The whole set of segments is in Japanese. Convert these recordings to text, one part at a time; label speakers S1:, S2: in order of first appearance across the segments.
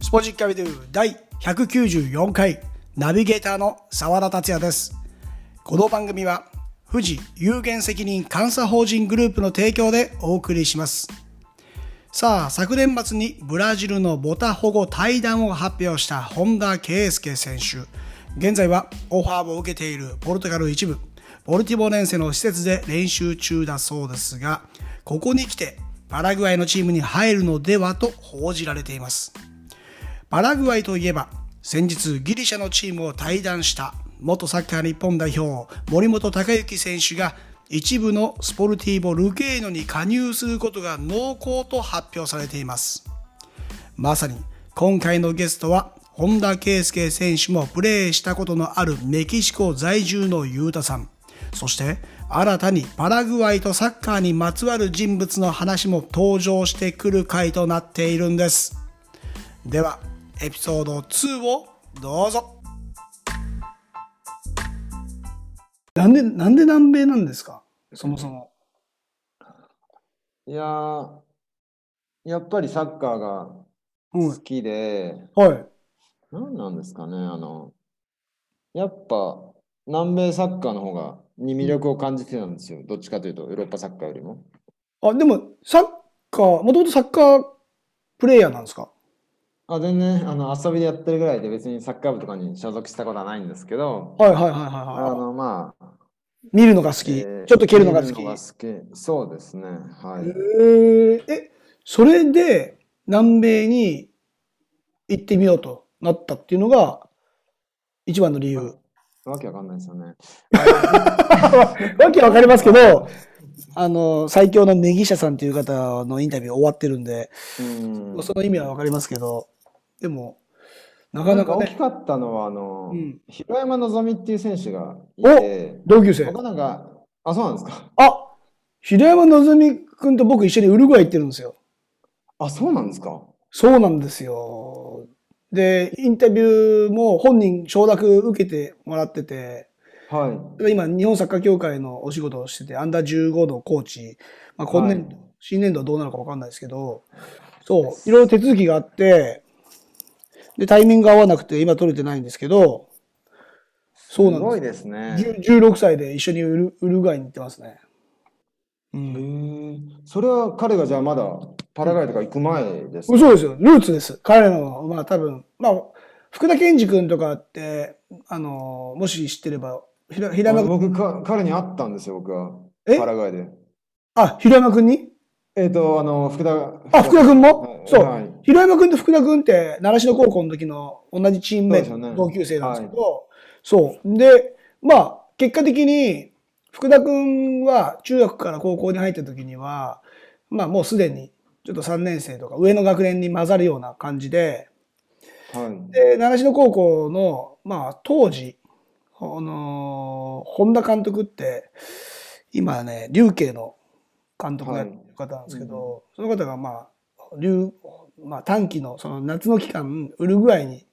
S1: スポジッカビドゥ第194回ナビゲーターの澤田達也です。この番組は富士有限責任監査法人グループの提供でお送りします。さあ、昨年末にブラジルのボタ保護対談を発表した本田圭佑選手。現在はオファーを受けているポルトガル一部、ボルティボネンセの施設で練習中だそうですが、ここに来てパラグアイのチームに入るのではと報じられています。パラグアイといえば先日ギリシャのチームを退団した元サッカー日本代表森本隆之選手が一部のスポルティーボ・ルケーノに加入することが濃厚と発表されていますまさに今回のゲストは本田圭佑選手もプレーしたことのあるメキシコ在住のユータさんそして新たにパラグアイとサッカーにまつわる人物の話も登場してくる回となっているんですではエピソード2をどうぞなんでなんで南米なんですかそもそも
S2: いややっぱりサッカーが好きで、
S1: うん、はい
S2: 何なんですかねあのやっぱ南米サッカーの方がに魅力を感じてたんですよ、どっちかというとヨーロッパサッカーよりも
S1: あでもサッカーもともとサッカープレーヤーなんですか
S2: あ全然あの遊びでやってるぐらいで別にサッカー部とかに所属したことはないんですけど、、
S1: はいはいはいはい、はい
S2: あのまあ
S1: 見るのが好き、えー、ちょっと蹴るのが好き。
S2: 好きそうですね。は
S1: え
S2: い。
S1: ー、え、それで南米に行ってみようとなったっていうのが一番の理由。
S2: わけわかんないですよね。
S1: わけわかりますけど、あの、最強のネギシャさんという方のインタビュー終わってるんで、
S2: うん
S1: その意味はわかりますけど、でも、なかなか、ね、
S2: 大きかったのは、あの、うん、広山のぞみっていう選手がい
S1: て、同級生。
S2: 僕なんか、あ、そうなんですか。
S1: あ平山のぞみくんと僕一緒にウルグアイ行ってるんですよ。
S2: あ、そうなんですか。
S1: そうなんですよ。で、インタビューも本人承諾受けてもらってて、、
S2: はい
S1: 今、日本サッカー協会のお仕事をしてて、アンダー15のコーチ、まあ、今年度、はい、新年度はどうなのかわかんないですけど、そう、いろいろ手続きがあって、で、タイミング合わなくて今取れてないんですけど、そうなんです。
S2: すごいですね。
S1: 16歳で一緒にウルウルガイに行ってますね。
S2: うん、それは彼がじゃあまだパラグアイとか行く前です、
S1: ね、そうですよ。ルーツです。彼の、まあ多分、まあ、福田健二君とかって、あの、もし知ってれば、
S2: ひら、ひらま僕か、彼に会ったんですよ、僕は。パラグアイで。
S1: あ、平山君に
S2: えっ、ー、と、あの、福田。
S1: あ、福田君も、はい、そう、はい。平山君と福田君って、習志野高校の時の同じチームメイト、ね、同級生なんですけど、はい、そう。で、まあ、結果的に、福田君は中学から高校に入った時には、まあもうすでにちょっと3年生とか上の学年に混ざるような感じで、
S2: はい、
S1: で、習志野高校の、まあ当時、あのー、本田監督って、今ね、竜慶の監督がいる方なんですけど、はい、その方がまあ、竜、まあ短期のその夏の期間、ウルグアイに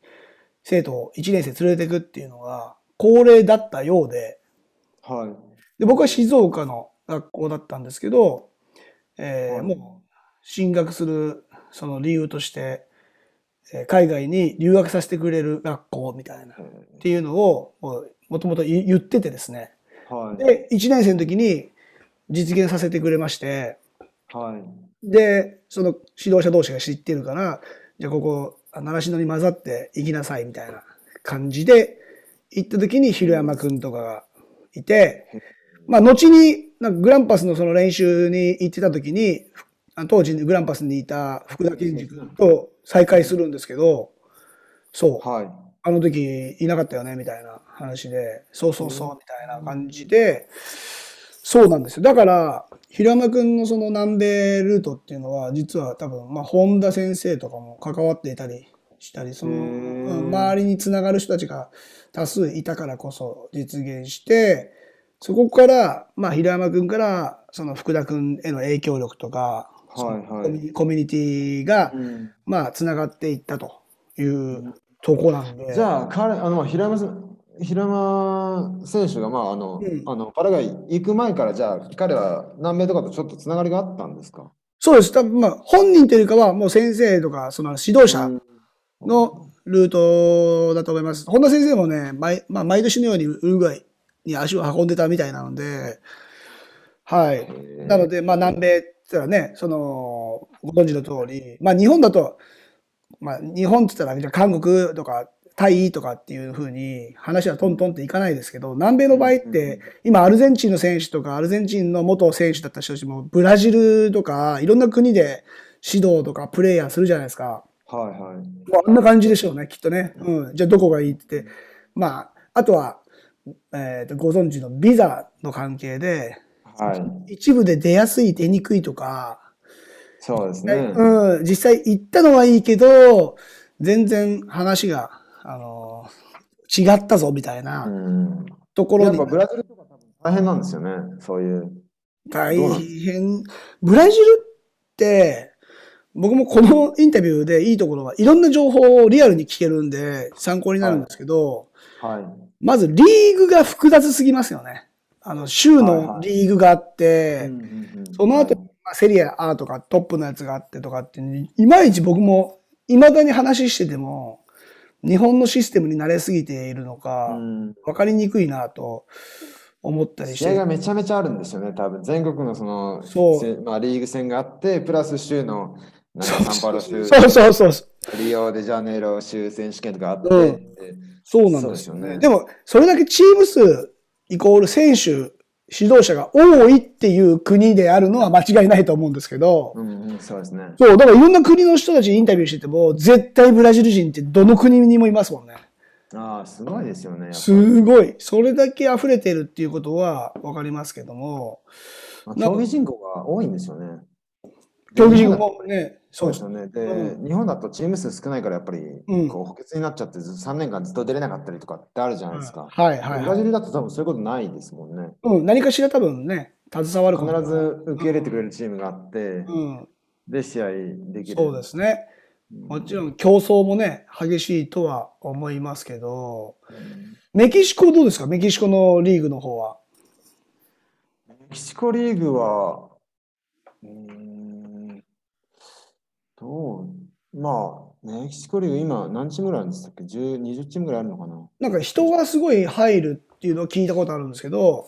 S1: 生徒を1年生連れていくっていうのが恒例だったようで、
S2: はい。
S1: で、僕は静岡の学校だったんですけど、えー、はい、もう進学するその理由として、えー、海外に留学させてくれる学校みたいな、っていうのをもともと言っててですね、
S2: はい、
S1: で、1年生の時に実現させてくれまして、、
S2: はい、
S1: で、その指導者同士が知ってるから、じゃあここ、習志野に混ざって行きなさいみたいな感じで、行った時に広山くんとかがいて、まあ、後に、グランパスのその練習に行ってた時に、当時グランパスにいた福田健二君と再会するんですけど、そう
S2: はい、
S1: あの時いなかったよね、みたいな話で、そうそうそう、みたいな感じで、そうなんですよ。だから、平山君のその南米ルートっていうのは、実は多分、まあ、本田先生とかも関わっていたりしたり、その、うん周りにつながる人たちが多数いたからこそ実現して、そこから、まあ、平山くんから、その福田くんへの影響力とか、その
S2: は
S1: コ
S2: いはい
S1: ミュニコミュニティが、
S2: うん
S1: まあ、つながっていったというとこなんで。
S2: じゃあ、彼、あの、平山さん平山選手が、まあ、あの、
S1: うん
S2: あの、パラグアイ行く前から、じゃあ、彼は南米とかとちょっとつながりがあったんですか
S1: そうです。多分、まあ、本人というよりかは、もう先生とか、その指導者のルートだと思います。本田先生もね、毎,、まあ、毎年のようにウルグアイに足を運んでたみたいなので、はい。なの
S2: で、
S1: で、まあ、南米って言ったらね、その、ご存知の通り、まあ、日本だと、まあ、日本って言ったらみんな韓国とか、タイとかっていう風に話はトントンっていかないですけど、南米の場合って、今アルゼンチンの選手とか、アルゼンチンの元選手だった人たちも、ブラジルとか、いろんな国で指導とかプレイヤーするじゃないですか。
S2: はいはい。
S1: もうあんな感じでしょうね、きっとね。うん。じゃあどこがいいって。まあ、あとは、えっ、と、ご存知のビザの関係で、
S2: はい。
S1: 一部で出やすい、出にくいとか、
S2: そうです
S1: ね
S2: ね。
S1: うん、実際行ったのはいいけど、全然話が、あのー違ったぞみたいな
S2: うん
S1: ところ
S2: やっ
S1: に
S2: ぱブラジルとか多分大変なんですよね。そういう。
S1: 大
S2: どうなん
S1: 変。ブラジルって、僕もこのインタビューでいいところはいろんな情報をリアルに聞けるんで参考になるんですけど、
S2: はい。
S1: まずリーグが複雑すぎますよね。あの、州のリーグがあって、
S2: うんうんうん
S1: その後まあセリア A とかトップのやつがあってとかっていうのに、いまいち僕も、いまだに話してても、日本のシステムに慣れすぎているの
S2: う
S1: か、
S2: ん
S1: わかりにくいなと思ったりし
S2: 試合
S1: て
S2: が、めちゃめちゃあるんですよね、多分全国のその
S1: そう
S2: せまあ、リーグ戦があって、プラス州のなん
S1: そ
S2: か
S1: う
S2: サンパウロ州、
S1: そうそうそうそう。
S2: リオデジャネイロ州選手権とかあって、
S1: うん
S2: で
S1: そうなんですよ
S2: そうですよ
S1: ね。
S2: ね
S1: でも、それだけチーム数イコール選手、指導者が多いっていう国であるのは間違いないと思うんですけど、
S2: うんうん、そうですね。
S1: そう、だからいろんな国の人たちにインタビューしてても、絶対ブラジル人ってどの国にもいますもんね。
S2: ああ、すごいですよね。やっぱ
S1: すごい。それだけ溢れてるっていうことはわかりますけども、
S2: まあ
S1: なんか
S2: 競技人口が多いんですよね。
S1: 競技人もね、
S2: そ
S1: そうう
S2: ですよね。で、
S1: う
S2: 日本だとチーム数少ないから、やっぱり、
S1: うん
S2: こう補欠になっちゃって、3年間ずっと出れなかったりとかってあるじゃないですか。
S1: はいはい
S2: ブラ
S1: は
S2: ジ
S1: い。
S2: ルだと多分そういうことないですもんね。
S1: うん、何かしら多分ね、携わること
S2: 必ず受け入れてくれるチームがあって、
S1: うん、
S2: で、試合できる。
S1: そうですね。
S2: うん。
S1: もちろん競争もね、激しいとは思いますけど、
S2: うん
S1: メキシコどうですかメキシコのリーグの方は。
S2: メキシコリーグは、うーん、どう、まあ、メキシコリーグ、今、何チームぐらいあるんでしたっけ ?10、20チームぐらいあるのかな
S1: なんか人がすごい入るっていうのを聞いたことあるんですけど、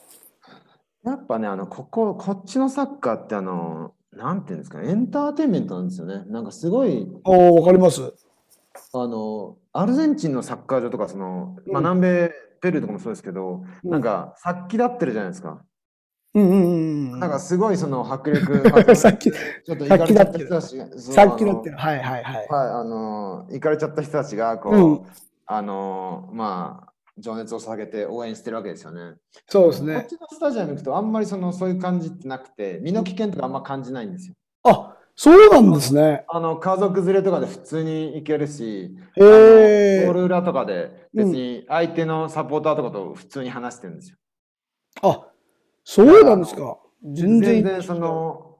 S2: やっぱね、あの、ここ、こっちのサッカーって、あの、なんていうんですか、エンターテインメントなんですよね。なんかすごい、
S1: おー、わかります。
S2: あの、アルゼンチンのサッカー場とか、その、まあ、
S1: うん
S2: 南米、ペルーとかもそうですけど、
S1: うん
S2: なんか、殺気立ってるじゃないですか。
S1: うんうんうんうん。
S2: なんか、すごい、その、迫力、
S1: さっき
S2: ちょっと、いかれちゃった人たちが、そう
S1: さっきだ
S2: あ
S1: っ
S2: の
S1: てる。はいはいはい。
S2: はい、あのー行かれちゃった人たちがこう、
S1: うん
S2: あのーまあ情熱を下げて応援してるわけですよね。
S1: そうです
S2: こっ
S1: ね。
S2: ちのスタジアム行くとあんまりそのそういう感じってなくて身の危険とかあんま感じないんですよ。
S1: あ、そうなんですね。
S2: あの家族連れとかで普通に行けるし、
S1: へ
S2: あのゴー
S1: え。
S2: ル裏とかで別に相手のサポーターとかと普通に話してるんですよ。
S1: あ、そうなんですか。全然
S2: 全然その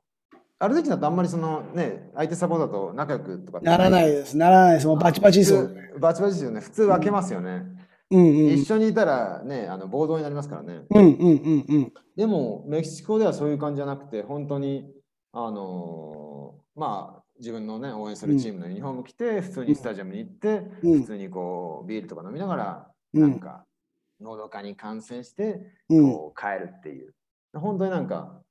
S2: アルゼンチンだとあんまりそのね相手サポーターと仲良くとかって
S1: ならないです。ならないです。もうバチバチですもんね。
S2: 普通バチバチですよね。普通分けますよね。
S1: うんうん
S2: 一。緒にいたらね、あの暴動になりますからね。
S1: うんうんうんうん。
S2: でも、メキシコではそういう感じじゃなくて、本当に、あのーまあ、自分のね、応援するチームのユニフォーム着て、普通にスタジアムに行って、
S1: うん
S2: 普通にこう、ビールとか飲みながら、
S1: う
S2: なん
S1: ん
S2: か、のどかに感染して、
S1: うん。
S2: こう、帰るっていう。本当になんか、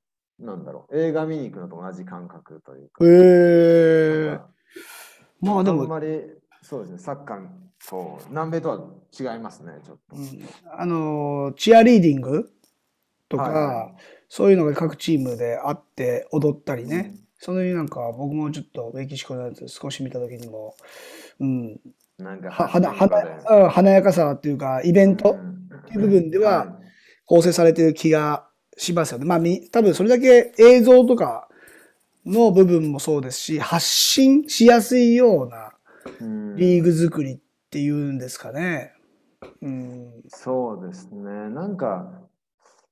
S2: なんだろう、映画見に行くのと同じ感覚というか。
S1: へえ。まあで
S2: あん
S1: も、
S2: まり、そうですね、サッカーの、こう、南米とは違いますね、ちょっと。
S1: うんあの、チアリーディングと
S2: はいは
S1: か、そういうのが各チームであって踊ったりね。そういうなんか僕もちょっとメキシコのやつ少し見た時にも、うん、
S2: うん。なんか、
S1: は華
S2: ハッピーとか
S1: 華
S2: で
S1: うん華やかさっていうかイベント
S2: って
S1: いう部分では構成されてる気がしますよね。まあみ多分それだけ映像とかの部分もそうですし発信しやすいような
S2: うん、
S1: リーグ作りっていうんですかね。うん、
S2: そうですね。なんか、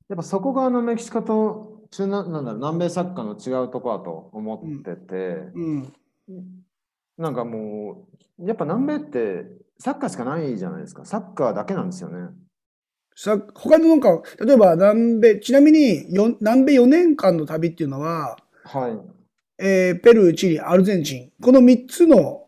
S2: やっぱそこがあのメキシコと中南なんだろう南米サッカーの違うとこだと思ってて、
S1: うん、
S2: なんかもう、やっぱ南米ってサッカーしかないじゃないですか。サッカーだけなんですよね。
S1: さ他のなんか、例えば南米、ちなみによ南米4年間の旅っていうのは、
S2: はい。
S1: えーペルー、チリ、アルゼンチン、この3つの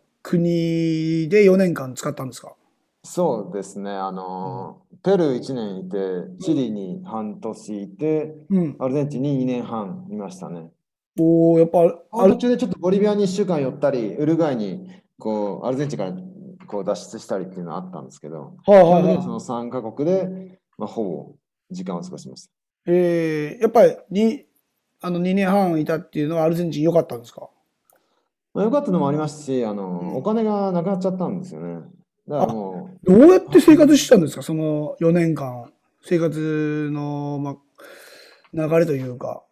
S1: 国で4年間使ったんですか
S2: そうですね。あのー、ペルー1年いて、チリに半年いて、
S1: うん。
S2: アルゼンチンに2年半いましたね。
S1: おおやっぱ、
S2: あ
S1: あ
S2: 途中でちょっとボリビアに1週間寄ったり、ウルグアイにこうアルゼンチンからこう脱出したりっていうのはあったんですけど、
S1: はい
S2: そ
S1: はいはい
S2: の3カ国で、まあ、ほぼ時間を過ごしました。
S1: えーやっぱりに、あの2年半いたっていうのはアルゼンチン良かったんですか
S2: まあ、良かったのもありますし、あの、
S1: うん
S2: お金がなくなっちゃったんですよね。だからもう、
S1: どうやって生活してたんですかその4年間。生活の、ま、流れというか。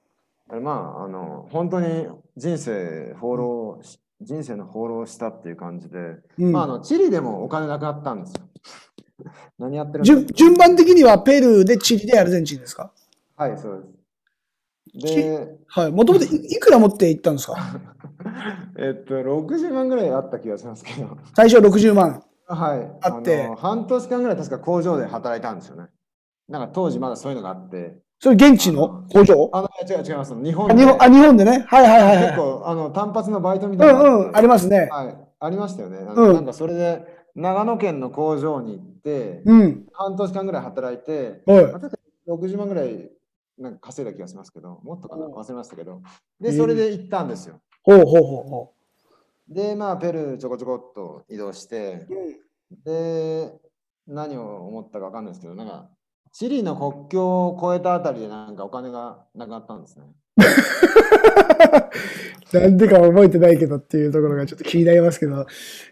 S2: あれまあ、あの、本当に人生放浪し、人生の放浪したっていう感じで、
S1: うん
S2: まあ、あの、チリでもお金なくなったんですよ。 何やってるんです
S1: 順順番的にはペルーでチリでアルゼンチンですか
S2: はい、そうです。
S1: チ
S2: で、
S1: はい。もともといいくら持って行ったんです か
S2: えっと、60万ぐらいあった気がしますけど、
S1: 最初は60万。
S2: はい、
S1: あって
S2: の半年間ぐらい確か工場で働いたんですよね。なんか当時まだそういうのがあって、
S1: それ現地の工場
S2: あの違う違います、日本
S1: あ
S2: で
S1: 日本あ日本でね。はいはいはいはい。
S2: 結構あの単発のバイトみ
S1: う
S2: たいなの
S1: んうん、ありますね。
S2: はい、ありましたよね。なんか,、
S1: うん
S2: それで長野県の工場に行って、
S1: うん。
S2: 半年間ぐらい働いて、
S1: はい
S2: まあ。確か60万ぐらいなんか稼いだ気がしますけど、もっとかな、忘れましたけど、
S1: え
S2: で、
S1: ー
S2: それで行ったんですよ。
S1: ほうほうほうほ
S2: で、まあ、ペルーちょこちょこっと移動して、
S1: う。
S2: で、何を思ったかわかんないですけど、なんか、チリの国境を越えたあたりで、なんかお金がなくなったんですね。
S1: なんでか覚えてないけどっていうところがちょっと気になりますけど、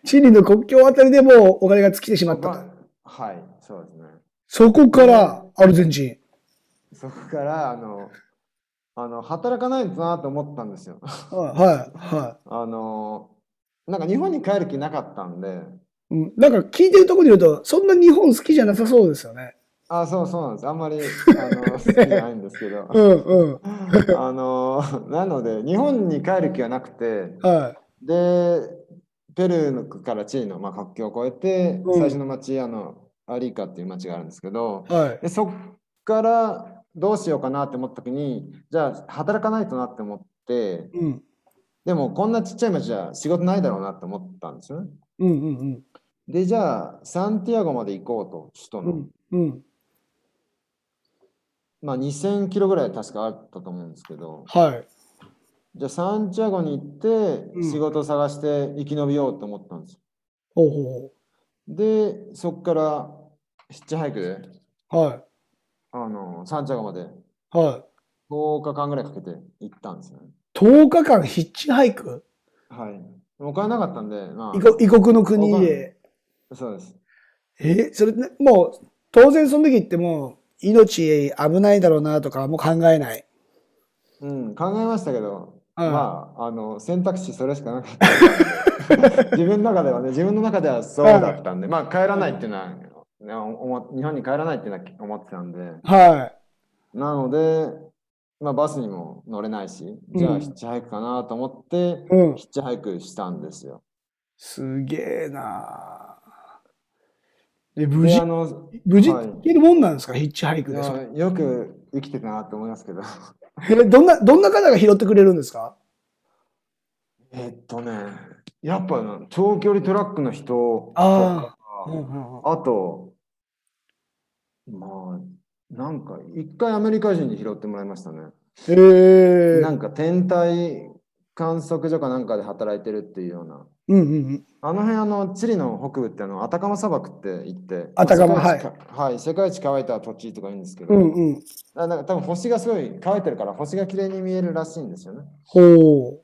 S1: チリの国境あたりでもうお金が尽きてしまったと。
S2: まあはい、そうですね。
S1: そこからアルゼンチン。
S2: そこから、あの、あの働かないとなと思ったんですよ。
S1: はい、は
S2: あの、なんか日本に帰る気なかったんで、
S1: い。うんなんか聞いてるところによると、そんな日本好きじゃなさそうですよね。
S2: あ、そうそうなんです。あんまり、あの、 好きじゃないんですけど、
S1: うん、うん。
S2: あの、なので、日本に帰る気がなくて、
S1: は
S2: で、ペルーのからチリの、まあ、国境を越えて、
S1: うん
S2: 最初の町、あの、アリーカっていう町があるんですけど、
S1: い。はい。
S2: でそっからどうしようかなって思った時に、じゃあ働かないとなって思って、
S1: うん。
S2: でもこんなちっちゃい町じゃ仕事ないだろうなって思ったんですよね。
S1: うん、うん、うん。
S2: で、じゃあ、サンティアゴまで行こうと、首
S1: う
S2: 都の。
S1: ん、うん。
S2: まあ、2000キロぐらい確かあったと思うんですけど、
S1: はい。
S2: じゃあサンティアゴに行って
S1: うん
S2: 仕事を探して生き延びようと思ったんですよ。
S1: ほうほ
S2: で、そこからヒッチハイクで、
S1: うほう。は
S2: あの、サンチャゴまで
S1: い。はい。
S2: 10日間ぐらいかけて行ったんですよね。
S1: 10日間ヒッチハイク
S2: はい。お金なかったんで、ま
S1: 異国異国の国へ。
S2: あ、そうです。
S1: えそれね、もう、当然その時ってもう、命危ないだろうなとかもう考えない。
S2: うん、考えましたけど、
S1: うん
S2: まあ、あの、選択肢それしかなかったん で。自分の中ではね、自分の中ではそうだったんで、まあ、帰らないっていうのは、ね、思日本に帰らないっていうのは思ってたんで、
S1: は
S2: なので、まあ、バスにも乗れないし、じゃ
S1: うん
S2: あヒッチハイクかなと思って、
S1: い。うん。
S2: ヒッチハイクしたんですよ。
S1: すげえなで、無
S2: で
S1: 事
S2: あ、の
S1: 無事
S2: はい
S1: 行けるもんなんですか、ヒッチハイク
S2: い
S1: で。
S2: やよく生きてたなと思いますけど。
S1: えどんな、どんな方が拾ってくれるんですか
S2: えっとね、やっぱな長距離トラックの人と
S1: あ
S2: か、
S1: うんうんうん
S2: あと、まあ、なんか、一回アメリカ人に拾ってもらいましたね。
S1: え
S2: な
S1: ー。
S2: んか天体観測所かなんかで働いてるっていうような。
S1: うんうんうん。
S2: あの辺、あの、チリの北部ってあの、アタカマ砂漠って言って、
S1: アタカマ
S2: まあ世界一かはい、世界一乾いた土地とか言うんですけど、
S1: うんうん。
S2: あなんか多分星がすごい乾いてるから、星が綺麗に見えるらしいんですよね。
S1: ほ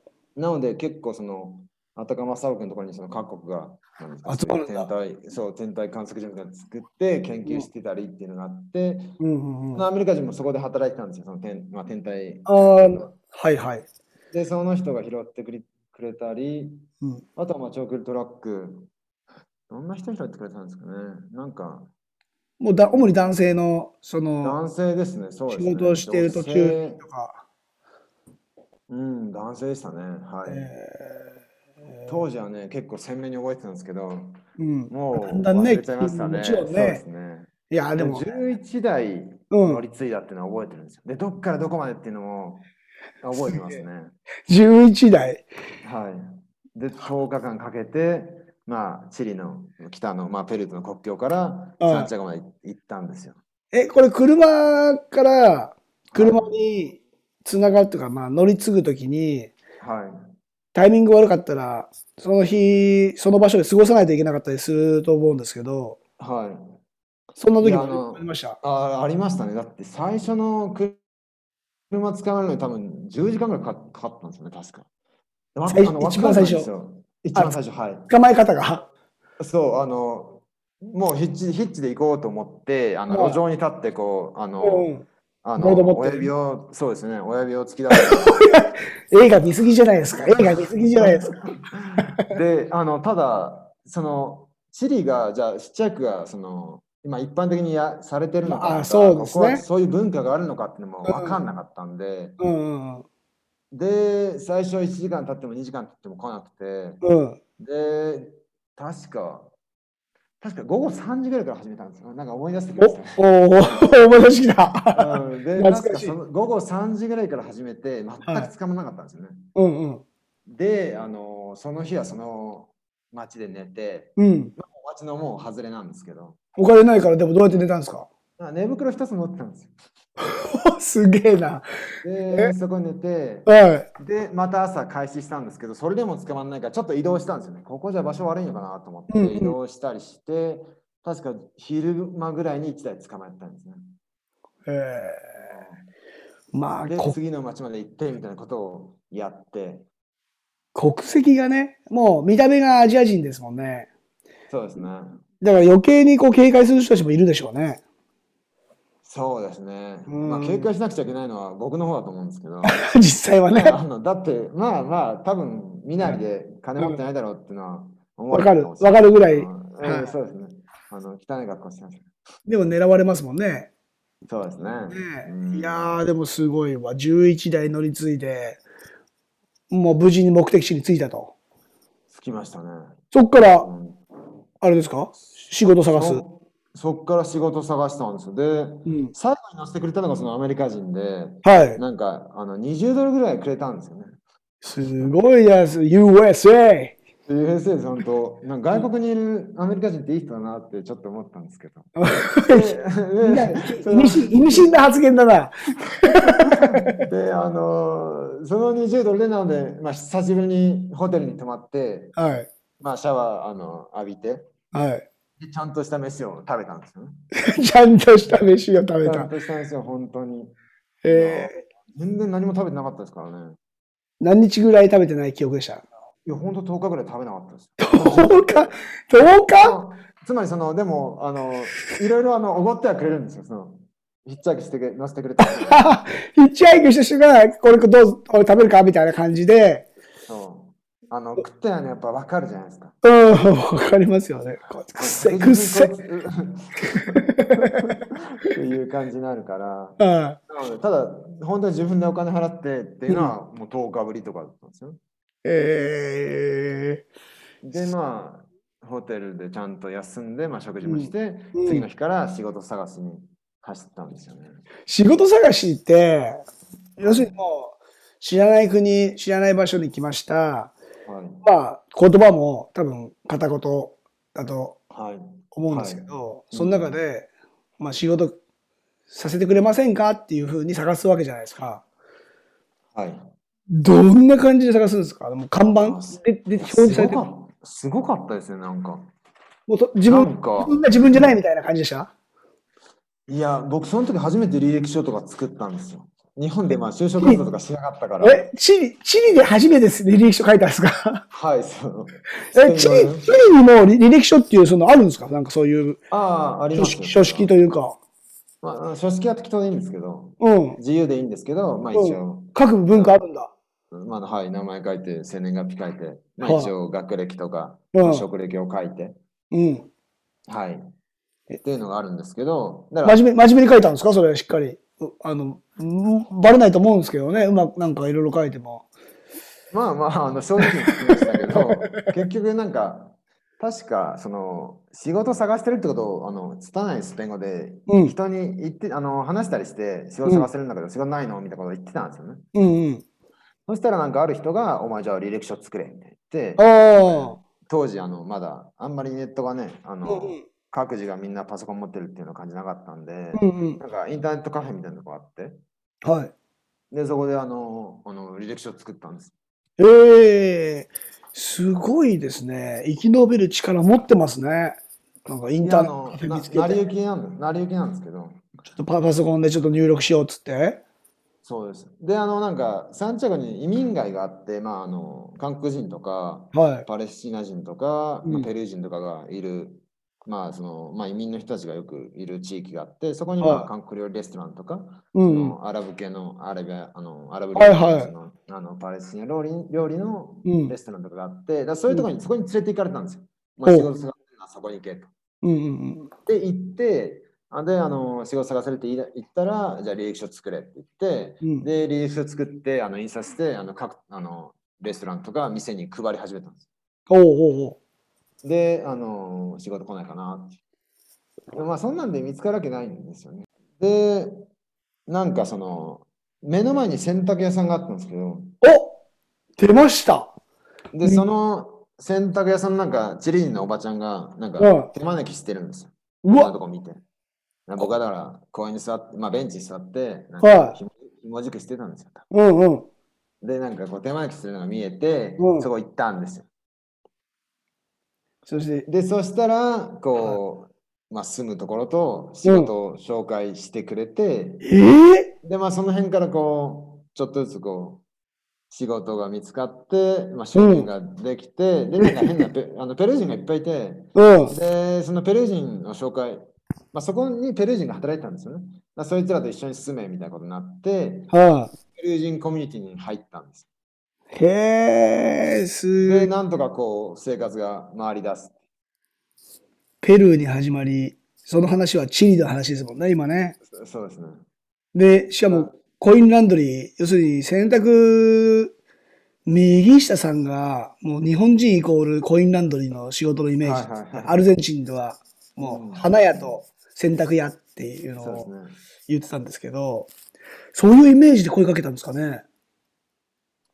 S1: う。
S2: なので結構そのアタカマ砂漠のところにその各国がなんですか
S1: 集まるんだ
S2: 天体そう天体観測所みたいなの作って研究してたりっていうのがあって、
S1: うんうんうん。
S2: アメリカ人もそこで働いてたんですよその天,、まあ、天体
S1: あーはいはい。
S2: でその人が拾ってくれくれたり
S1: うん。
S2: あとはまあ長距離トラックどんな人拾ってくれたんですかね。なんか、
S1: もうだ主に男性のその
S2: 男性ですね、そうです
S1: 仕
S2: ね。
S1: 事をしている途中
S2: 女性
S1: とか、
S2: うん、男性でしたね。はい。
S1: えー
S2: 当時はね、結構鮮明に覚えてたんですけど、
S1: うん、
S2: も
S1: だ
S2: うん
S1: だんね
S2: 忘れちゃいましたね。
S1: もちろんね
S2: そうですね。
S1: いやで
S2: で
S1: も
S2: も、11代
S1: うん
S2: 乗、り継いだっていうのは覚えてるんですよ。で、どっからどこまでっていうのも覚えてますね。
S1: 11代
S2: はい。で、10日間かけて、まあ、チリの北の、まあ、ペルーとの国境から
S1: うん
S2: サンチャゴまで行ったんですよ。
S1: えこれ車から車につながるというか、まあ、乗り継ぐときに
S2: はい。
S1: タイミング悪かったらその日その場所で過ごさないといけなかったりすると思うんですけど
S2: はい。
S1: そんな時
S2: いや
S1: も
S2: あの
S1: ありました
S2: あありましたね。だって最初のく車使われるのに多分10時間ぐらいかかかかったんですよね、確か。わ
S1: 最
S2: あの
S1: 一番最初
S2: わかんないんですよ一番最初、はい。
S1: 捕まえ方が
S2: そう、あの、もうヒッチヒッチで行こうと思って、あの
S1: はい
S2: 路上に立って、こう、あ
S1: う
S2: の、
S1: ん
S2: あ
S1: ボード持っ
S2: の
S1: て
S2: 親指を、そうですね、親指を突き出して。
S1: 映画見過ぎじゃないですか映画見過ぎじ ゃないですか
S2: で、あの、ただ、その、チリが、じゃあ、ちっちゃくが、その、今一般的にやされてるのかとか、
S1: あそうですね
S2: ここはそういう文化があるのかっていうのも分かんなかったんで、
S1: うんうん
S2: で、最初1時間経っても2時間経っても来なくて、
S1: うん
S2: で、確か、確か午後3時ぐらいから始めたんですよ。なんか思い出してき
S1: お
S2: ましたね。
S1: おー思い出してきた
S2: うんで、
S1: 懐かしい
S2: 確かその午後3時ぐらいから始めて、全くつかまなかったんですよね。
S1: うんうん
S2: で、あの、その日はその町で寝て、
S1: うん
S2: 町のもう外れなんですけど、
S1: お金ないからでもどうやって寝たんですか
S2: あ寝袋一つ持ってたんですよ。
S1: すげえなえ
S2: で、そこに寝て、
S1: はい
S2: で、また朝開始したんですけど、それでも捕まらないから、ちょっと移動したんですよね。ここじゃ場所悪いのかなと思
S1: うんうん
S2: って、移動したりして、確か昼間ぐらいに1台捕まえたんですね。
S1: えーまあ
S2: で
S1: こ、
S2: 次の町まで行ってみたいなことをやって、
S1: 国籍がね、もう見た目がアジア人ですもんね。
S2: そうですね。
S1: だから余計にこう警戒する人たちもいるでしょうね。
S2: そうですね。
S1: うん
S2: まあ、警戒しなくちゃいけないのは僕の方だと思うんですけ ど、
S1: 実際 はね。
S2: あのだって、まあまあ、多分みなりで金持ってないだろうっていうのは思
S1: わかる、
S2: も
S1: わ
S2: しれない
S1: かるぐらい。
S2: うん
S1: はい
S2: うんそうですね。あの汚い格好してました。
S1: でも狙われますもんね。
S2: そうですね。う
S1: ね
S2: ん
S1: いやー、でもすごいわ。11台乗り継いで、もう無事に目的地に着いたと。
S2: つきましたね。
S1: そっから
S2: う、ん
S1: あれですか仕事探す。
S2: そそっから仕事探したんですよ。で、
S1: うん。
S2: 最後に乗せてくれたのがそのアメリカ人で、
S1: はい。
S2: なんかあの20ドルぐらいくれたんですよね。
S1: すごいです。USA!
S2: USA です、本当。なんか外国にいるアメリカ人っていい人だなってちょっと思ったんで すけど。
S1: いや
S2: でそ
S1: 意
S2: の
S1: 味深意味深な発言だな。
S2: で、あのーその20ドルでなので、まあ、久しぶりにホテルに泊まって、
S1: はい。
S2: まあ、シャワー、あの浴びて
S1: はい。
S2: で、ちゃんとした飯を食べたんですよね。
S1: ちゃんとした飯を食べ
S2: ちゃん
S1: た。
S2: とした飯を本当に。
S1: えー
S2: 全然何も食べてなかったですからね。
S1: 何日ぐらい食べてない記憶でした
S2: いや、本当10日ぐらい食べなかったです。
S1: 10日 ?10 日
S2: つまりその、でも、あの、いろいろあの、おごってはくれるんですよ。その、ひっちゃけしてくれ、乗せてくれた。
S1: ヒッチハイクした人が、これどうぞ、これ食べるかみたいな感じで、
S2: そう。あの、食ったよね、やっぱわかるじゃないですか。
S1: うん、わかりますよね。こくっせ、くっせ。
S2: 確実にこい つ。っていう感じになるから。
S1: うん。
S2: なのでただ、本当に自分でお金払ってっていうのは、もう10日ぶりとかだったんですよ。
S1: え
S2: で、まあ、ホテルでちゃんと休んで、まあ、食事もして、
S1: うん
S2: 次の日から仕事探しに走ったんですよね。
S1: ー、仕事探しって、要するにもう、知らない国、知らない場所に来ました。
S2: はい。
S1: まあ、言葉も多分片言だと
S2: はい。
S1: 思うんですけど、
S2: い
S1: その中で、まあ仕事させてくれませんかっていうふうに探すわけじゃないですか。
S2: はい。
S1: どんな感じで探すんですかもう看板
S2: あす
S1: でで
S2: いや
S1: 表示されてる
S2: すごかすごかったですね、なんか。
S1: もうと自分
S2: なんか
S1: 自分が自分じゃないみたいな感じでした
S2: いや、僕、その時初めて履歴書とか作ったんですよ。日本でまあ就職活動とかしなかったから。
S1: えチリ、チリで初めてです履歴書書いたんですか
S2: はい、 そう。
S1: えチリ、チリにも履履歴書っていうそのあるんですかなんかそういう
S2: ああ、あり
S1: 書
S2: ますよ
S1: 式書式というか。
S2: まあ、書式は適当でいいんですけど、
S1: うん。
S2: 自由でいいんですけど、まあ一応、
S1: 各文化あるんだ。
S2: まあ、はい、名前書いて、生年月日書いて、まあ
S1: はい
S2: 一応学歴とか、
S1: うん
S2: 職歴を書いて、
S1: うん。
S2: はい。っていうのがあるんですけど、だから、
S1: 真面目、真面目に書いたんですかそれしっかり。うあの、うんバレないと思うんですけどね。うまくなんかいろいろ書いても。
S2: まあまあ、あの正直に聞きましたけど、 結局なんか、確か、その、仕事探してるってことを、あの、拙いスペイン語で、
S1: うん。
S2: 人に言って、あの、話したりして、仕事探してるんだけど、仕事ないのみたいなことを言ってたんですよね。
S1: うんうん。
S2: そしたらなんかある人が、お前じゃあ履歴書作れ、みたいな言って、
S1: あ
S2: 当時、あの、まだ、あんまりネットがね、あ
S1: あ。
S2: の、各自がみんなパソコン持ってるっていうの感じなかったんで、
S1: うんうん。
S2: なんかインターネットカフェみたいなとこあって、
S1: はい。
S2: で、そこであの、あの履歴書を作ったんです。
S1: ええすごいですね。生き延びる力持ってますね。なんかインターネットカフェ見つ
S2: い
S1: け
S2: やあのな成り
S1: て、
S2: 行きなんで成り行きなんですけど、
S1: ちょっとパパソコンでちょっと入力しようっつって。
S2: そうです。で、あの、なんか、サンチャゴに移民街があって、まあ、あの、韓国人とか、
S1: はい。
S2: パレスチナ人とか、
S1: うん
S2: まあペルー人とかがいる、まあ、その、まあ、移民の人たちがよくいる地域があって、そこに、まあ
S1: はい
S2: 韓国料理レストランとか、
S1: うん。
S2: アラブ系のアラビアあのアラブ料
S1: はい
S2: 理
S1: はい
S2: のそのあのパレスチナ料理料理の
S1: うん
S2: レストランとかがあって、だからそういうところに、そこに連れて行かれたんですよ。ま
S1: お
S2: あ、
S1: う
S2: 仕事探せるならそこに行けと。
S1: うんうん
S2: で行ってあであの仕事探せるって言いだ言ったらじゃあ履歴書作れって言って
S1: うん。
S2: で履歴書作ってあの印刷してあの各あのレストランとか店に配り始めたんです。
S1: おうおうおう。
S2: であの仕事来ないかなって。まあそんなんで見つかるわけないんですよね。でなんかその目の前に洗濯屋さんがあったんですけど
S1: お出ました
S2: でその洗濯屋さんなんかチリ人のおばちゃんがな
S1: う
S2: ん
S1: ん
S2: か手招きしてるんですよ。
S1: う
S2: こんな
S1: わ
S2: とこ見て。な僕はだから公園に座って、まあベンチに座って、な
S1: は
S2: んか
S1: い
S2: ひもひもじくしてたんですよ。
S1: うんうん。
S2: で、なんかこう手招きするのが見えて、
S1: うん
S2: そこ行ったんですよ。
S1: そして、
S2: で、そしたら、こう、まあ住むところと仕事を紹介してくれて、
S1: ええ
S2: で、まあその辺からこう、ちょっとずつこう、仕事が見つかって、まあ収入ができて、で、なんか変なペ あのペルー人がいっぱいいて、
S1: うん。
S2: で、そのペルー人の紹介、まあ、そこにペルー人が働いてたんですよね。まあ、そいつらと一緒に住めみたいなことになって、
S1: は
S2: ペルー人コミュニティに入ったんです。
S1: い。へえ、
S2: で、
S1: す
S2: なんとかこう、生活が回り出す。
S1: ペルーに始まり、その話はチリの話ですもんね、今ね。
S2: そそうですね。
S1: で、しか
S2: うん
S1: も、コインランドリー、要するに洗濯、右下さんが、もう日本人イコールコインランドリーの仕事のイメージですね、
S2: はいはいはい
S1: アルゼンチンでは、
S2: う
S1: も
S2: ん
S1: う花屋と洗濯屋っていうの
S2: そうです
S1: を
S2: ね。
S1: 言ってたんですけど、そういうイメージで声かけたんですかね。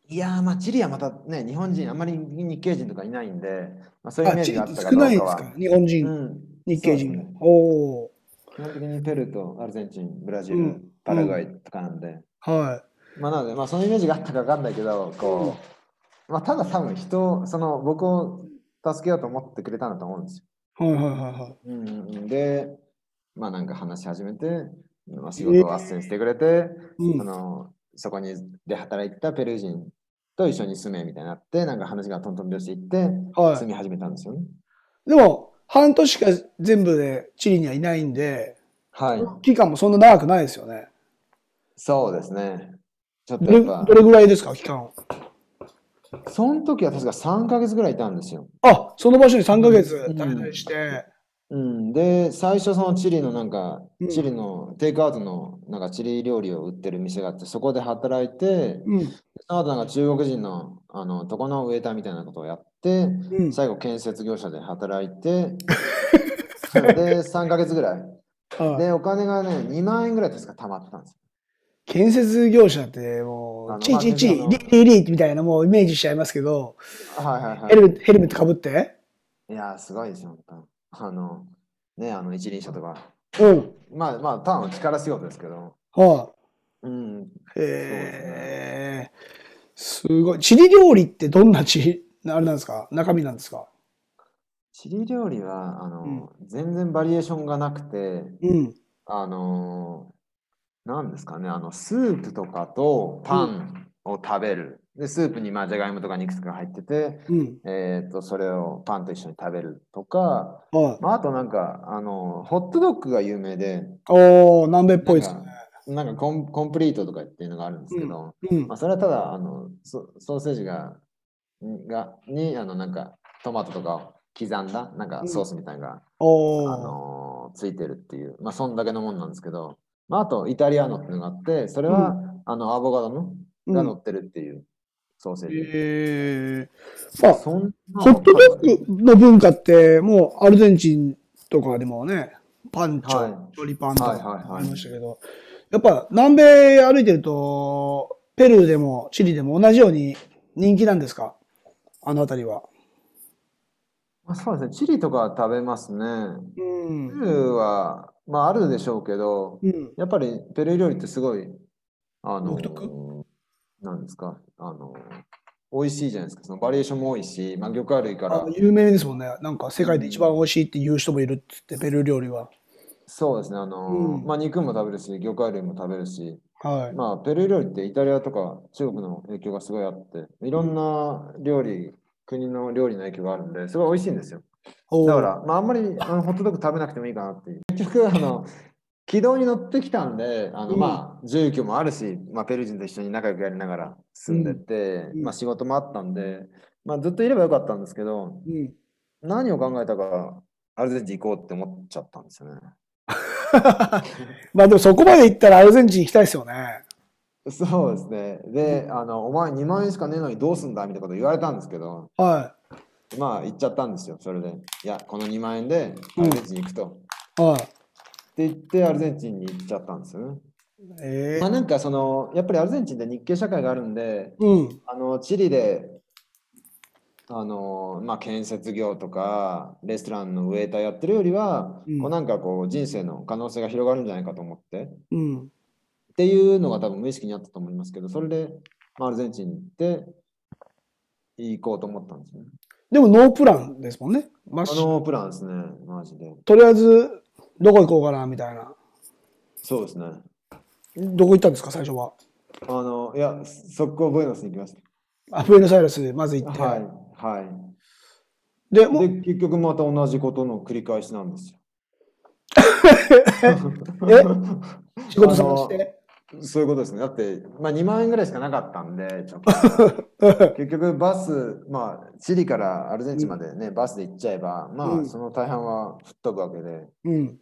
S2: いやー、まあ、チリはまたね、日本人、あんまり日系人とかいないんで、まあ、そういうイ
S1: あ、
S2: メー
S1: チ
S2: ジ
S1: リ
S2: があ
S1: っ
S2: ってたか
S1: 少
S2: どう
S1: な
S2: か
S1: いんです
S2: は
S1: か。日本人、
S2: うん、
S1: 日系
S2: そう
S1: 人。
S2: ですね
S1: おお
S2: 基本的にペルーとアルゼンチン、ブラジ
S1: う
S2: ル
S1: ん、
S2: パラグアイとかなんで、
S1: は
S2: まあ、なので、まあ、そのイメージがあったかわかんないけど、こう、まあ、ただ多分人、その、僕を助けようと思ってくれたんだと思うんですよ。
S1: い。はいはいはいはい。
S2: うんうんうん、で、まあ、なんか話し始めて、まあ、仕事を斡旋してくれて、
S1: うん
S2: あの、そこにで働いてたペルー人と一緒に住めみたいになって、なんか話がトントン拍子いって、
S1: はい
S2: 住み始めたんですよね。
S1: でも、半年しか全部でチリにはいないんで、
S2: はい、
S1: 期間もそんな長くないですよね。
S2: そうですね。ちょっ
S1: ど
S2: とや
S1: れ
S2: っ
S1: ど
S2: ぱ、
S1: れぐらいですか、期間は。
S2: その時は確か3ヶ月ぐらいいたんですよ。
S1: あ、その場所に3ヶ月
S2: うん
S1: 滞在して。
S2: うん、で、最初そのチリのなんか
S1: うん、
S2: チリのテイクアウトのなんかチリ料理を売ってる店があって、そこで働いて、
S1: うん。
S2: その後なんか中国人のあのとこのウェイターみたいなことをやって、
S1: うん。
S2: 最後建設業者で働いて、 で、3ヶ月ぐらい。
S1: はい
S2: で、お金がね、2万円ぐらい確か貯まってたんですよ。
S1: 建設業者っても
S2: あ
S1: う、
S2: の
S1: チリチリチリ、
S2: まあ
S1: リリリリみたいなもうイメージしちゃいますけど、
S2: はいはいは
S1: ヘ
S2: い。
S1: ルメットヘルメットかぶって。
S2: いやー、すごいですよ、本当。あの、ね、あの一輪車とか。
S1: うん。
S2: まあまあ、ただの力仕事ですけど。
S1: は
S2: うん。
S1: い。
S2: す
S1: へえ。すごい。チリ料理ってどんなチリ、あれなんですか中身なんですか
S2: チリ料理は、あの、全然バリエーションがなくて、
S1: うん。
S2: あのー、なんですかね、あの、スープとかとパンを食べる。で、スープに、まあ、じゃがいもとか肉とか入ってて、
S1: うん。
S2: えっと、それをパンと一緒に食べるとか、
S1: はい。
S2: まあ、あとなんか、あの、ホットドッグが有名で、
S1: おー、南米っぽいですね。
S2: なんかコン、コンプリートとかっていうのがあるんですけど、
S1: うん
S2: まあ、。それはただ、あの、ソソーセージが、が、に、あの、なんか、トマトとかを刻んだ、なんかソースみたいなのが、
S1: お
S2: あ
S1: ー。
S2: のーついてるっていう、まあ、そんだけのもんなんですけど、まあ、あと、イタリアーノっていうのがあって、それは、あの、アボカドの
S1: う
S2: が
S1: ん
S2: 乗ってるっていうソーセージ。
S1: えー、まあ、
S2: そんな
S1: ホットド
S2: グ
S1: ッグの文化って、もうアルゼンチンとかでもね、パンチョ、
S2: は
S1: チョリパンと
S2: はいはい
S1: か
S2: は
S1: あ
S2: い
S1: りましたけど、やっぱ南米歩いてると、ペルーでもチリでも同じように人気なんですかあの辺りは。
S2: まあ、そうですね、チリとかは食べますね。
S1: うん。
S2: ペ
S1: う
S2: ルーは、まあ、あるでしょうけど、
S1: ん。
S2: やっぱりペルー料理ってすごい、あの
S1: 独特
S2: なんですか、あの美味しいじゃないですか。そのバリエーションも多いし、まあ、魚介類か
S1: あ
S2: ら、
S1: 有名ですもんね。なんか世界で一番美味しいって言う人もいるっつって、ペルー料理は。
S2: そうですね、あの
S1: うん
S2: まあ、肉も食べるし、魚介類も食べるし、
S1: はい。
S2: まあ、ペルー料理ってイタリアとか中国の影響がすごいあって、いろんな料理、国の料理の影響があるんで、すごい美味しいんですよ。
S1: おー
S2: だから、まあ、あんまりあのホットドッグ食べなくてもいいかなっていう。結局、あの、軌道に乗ってきたんで、あの、
S1: うん
S2: まあ、住居もあるし、まあ、ペルー人と一緒に仲良くやりながら住んでて、
S1: うん
S2: まあ、仕事もあったんで、まあ、ずっといればよかったんですけど、
S1: うん。
S2: 何を考えたか、アルゼンチン行こうって思っちゃったんですよね。
S1: まあでもそこまで行ったらアルゼンチン行きたいですよね。
S2: そうですね。で、あの、お前2万円しかねえのにどうすんだみたいなこと言われたんですけど、
S1: は
S2: まあ、行っちゃったんですよ、それで。いや、この2万円で
S1: う
S2: ア
S1: ん
S2: ルゼンチン行くと。
S1: い。はい。
S2: って言って、アルゼンチンに行っちゃったんですよね。
S1: え
S2: まあ、
S1: ー、
S2: なんかそのやっぱりアルゼンチンって日系社会があるんで
S1: うん。
S2: あのチリであの、まあ、建設業とかレストランのウェイターやってるよりは、
S1: うん
S2: こうなんかこう人生の可能性が広がるんじゃないかと思ってっ
S1: うん。
S2: ていうのが多分無意識にあったと思いますけどそれで、まあ、アルゼンチンに行って行こうと思ったんですね。
S1: でもノープランですもんね。マッシ
S2: あのプランですねマジで。
S1: とりあえず、どこ行こうかな、みたいな。
S2: そうですね。
S1: どこ行ったんですか、最初は。
S2: あのいや速攻ボイノスに行きまし
S1: アブエノサイラス、まず行
S2: た。
S1: って。
S2: はいはい。
S1: で、もう
S2: で、結局また同じことの繰り返しなんです よ。
S1: 仕事探して。
S2: そういうことですね。だって、まあ、2万円ぐらいしかなかったんで、ちょっ と結局バス、まあ、チリからアルゼンチンまでね、バスで行っちゃえば、
S1: う
S2: まあ、
S1: ん
S2: その大半は吹っ飛ぶわけで、
S1: うん。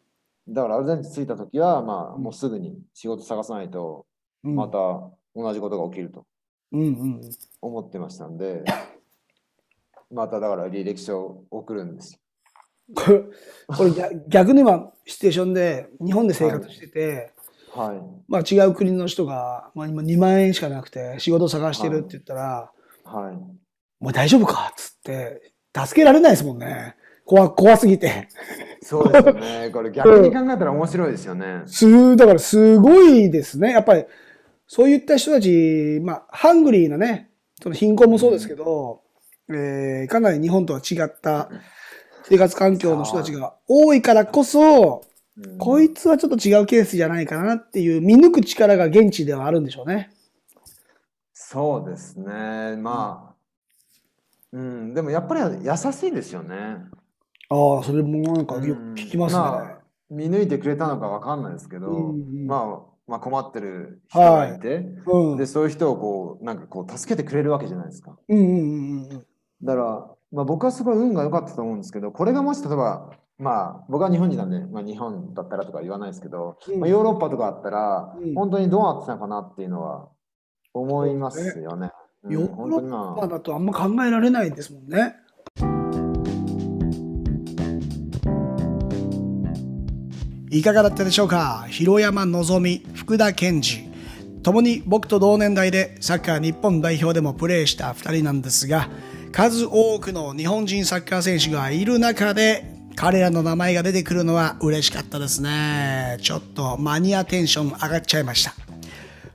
S2: だからアルゼンチン着いた時は、まあ、
S1: うん
S2: もうすぐに仕事探さないと、
S1: うん
S2: また同じことが起きると
S1: うんうん。
S2: 思ってましたんで、まただから履歴書を送るんですよ。
S1: これ、これ逆逆に今、シチュエーションで、日本で生活してて、
S2: はい。
S1: まあ違う国の人が、まあ今2万円しかなくて、仕事探してるって言ったら、
S2: はい。
S1: もう大丈夫かっつって、助けられないですもんね。怖、怖すぎて。
S2: そうです よね。これ逆に考えたら面白いですよね。
S1: す、だからすごいですね。やっぱり、そういった人たち、まあ、ハングリーなね、その貧困もそうですけど、えーかなり日本とは違った生活環境の人たちが多いからこそ、
S2: うん
S1: こいつはちょっと違うケースじゃないかなっていう見抜く力が現地ではあるんでしょうね。
S2: そうですね。まあ、うん、でもやっぱり優しいですよね。
S1: ああ、それもなんかよく
S2: うん
S1: 聞きますね。
S2: あ見抜いてくれたのかわかんないですけど、
S1: うんうん
S2: まあ、まあ困ってる人がいて、
S1: うん。うん
S2: で、そういう人をこう、なんかこう、助けてくれるわけじゃないですか。
S1: うんうんうん。
S2: だから、まあ僕はすごい運が良かったと思うんですけど、これがもし例えば、まあ僕は日本人なんで、まあ日本だったらとか言わないですけど、
S1: うん
S2: まあ、ヨーロッパとかあったら、
S1: うん
S2: 本当にどうなってたのかなっていうのは思いますよね。うん
S1: ヨー
S2: 本
S1: ロ
S2: 当に
S1: ッ
S2: ま
S1: パ
S2: あ
S1: だとあんま考えられないですもんね。いかがだったでしょうか広山のぞみ、福田健二。ともに僕と同年代でサッカー日本代表でもプレーした2人なんですが、数多くの日本人サッカー選手がいる中で、彼らの名前が出てくるのは嬉しかったですね。ちょっとマニアテンション上がっちゃいました。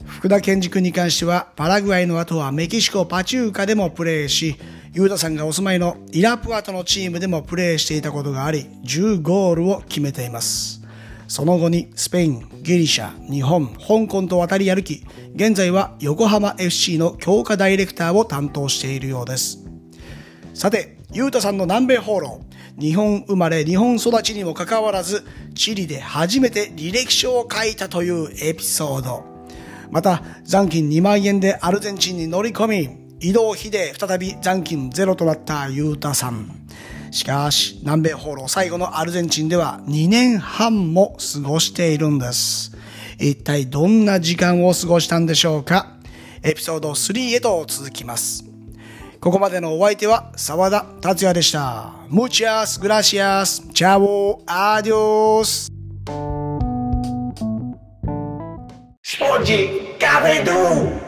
S1: 福田健二君に関してはパラグアイの後はメキシコパチューカでもプレーしユータさんがお住まいのイラプアトのチームでもプレーしていたことがあり10ゴールを決めていますその後にスペインギリシャ日本香港と渡り歩き現在は横浜 FC の強化ダイレクターを担当しているようですさて、ゆうたさんの南米放浪。日本生まれ、日本育ちにもかかわらず、チリで初めて履歴書を書いたというエピソード。また、残金2万円でアルゼンチンに乗り込み、移動費で再び残金ゼロとなったゆうたさん。しかし、南米放浪最後のアルゼンチンでは2年半も過ごしているんです。一体どんな時間を過ごしたんでしょうかエピソード3へと続きます。ここまでのお相手は沢田達也でした。Muchas gracias. Chao. Adios.
S3: スポンジカフェドゥ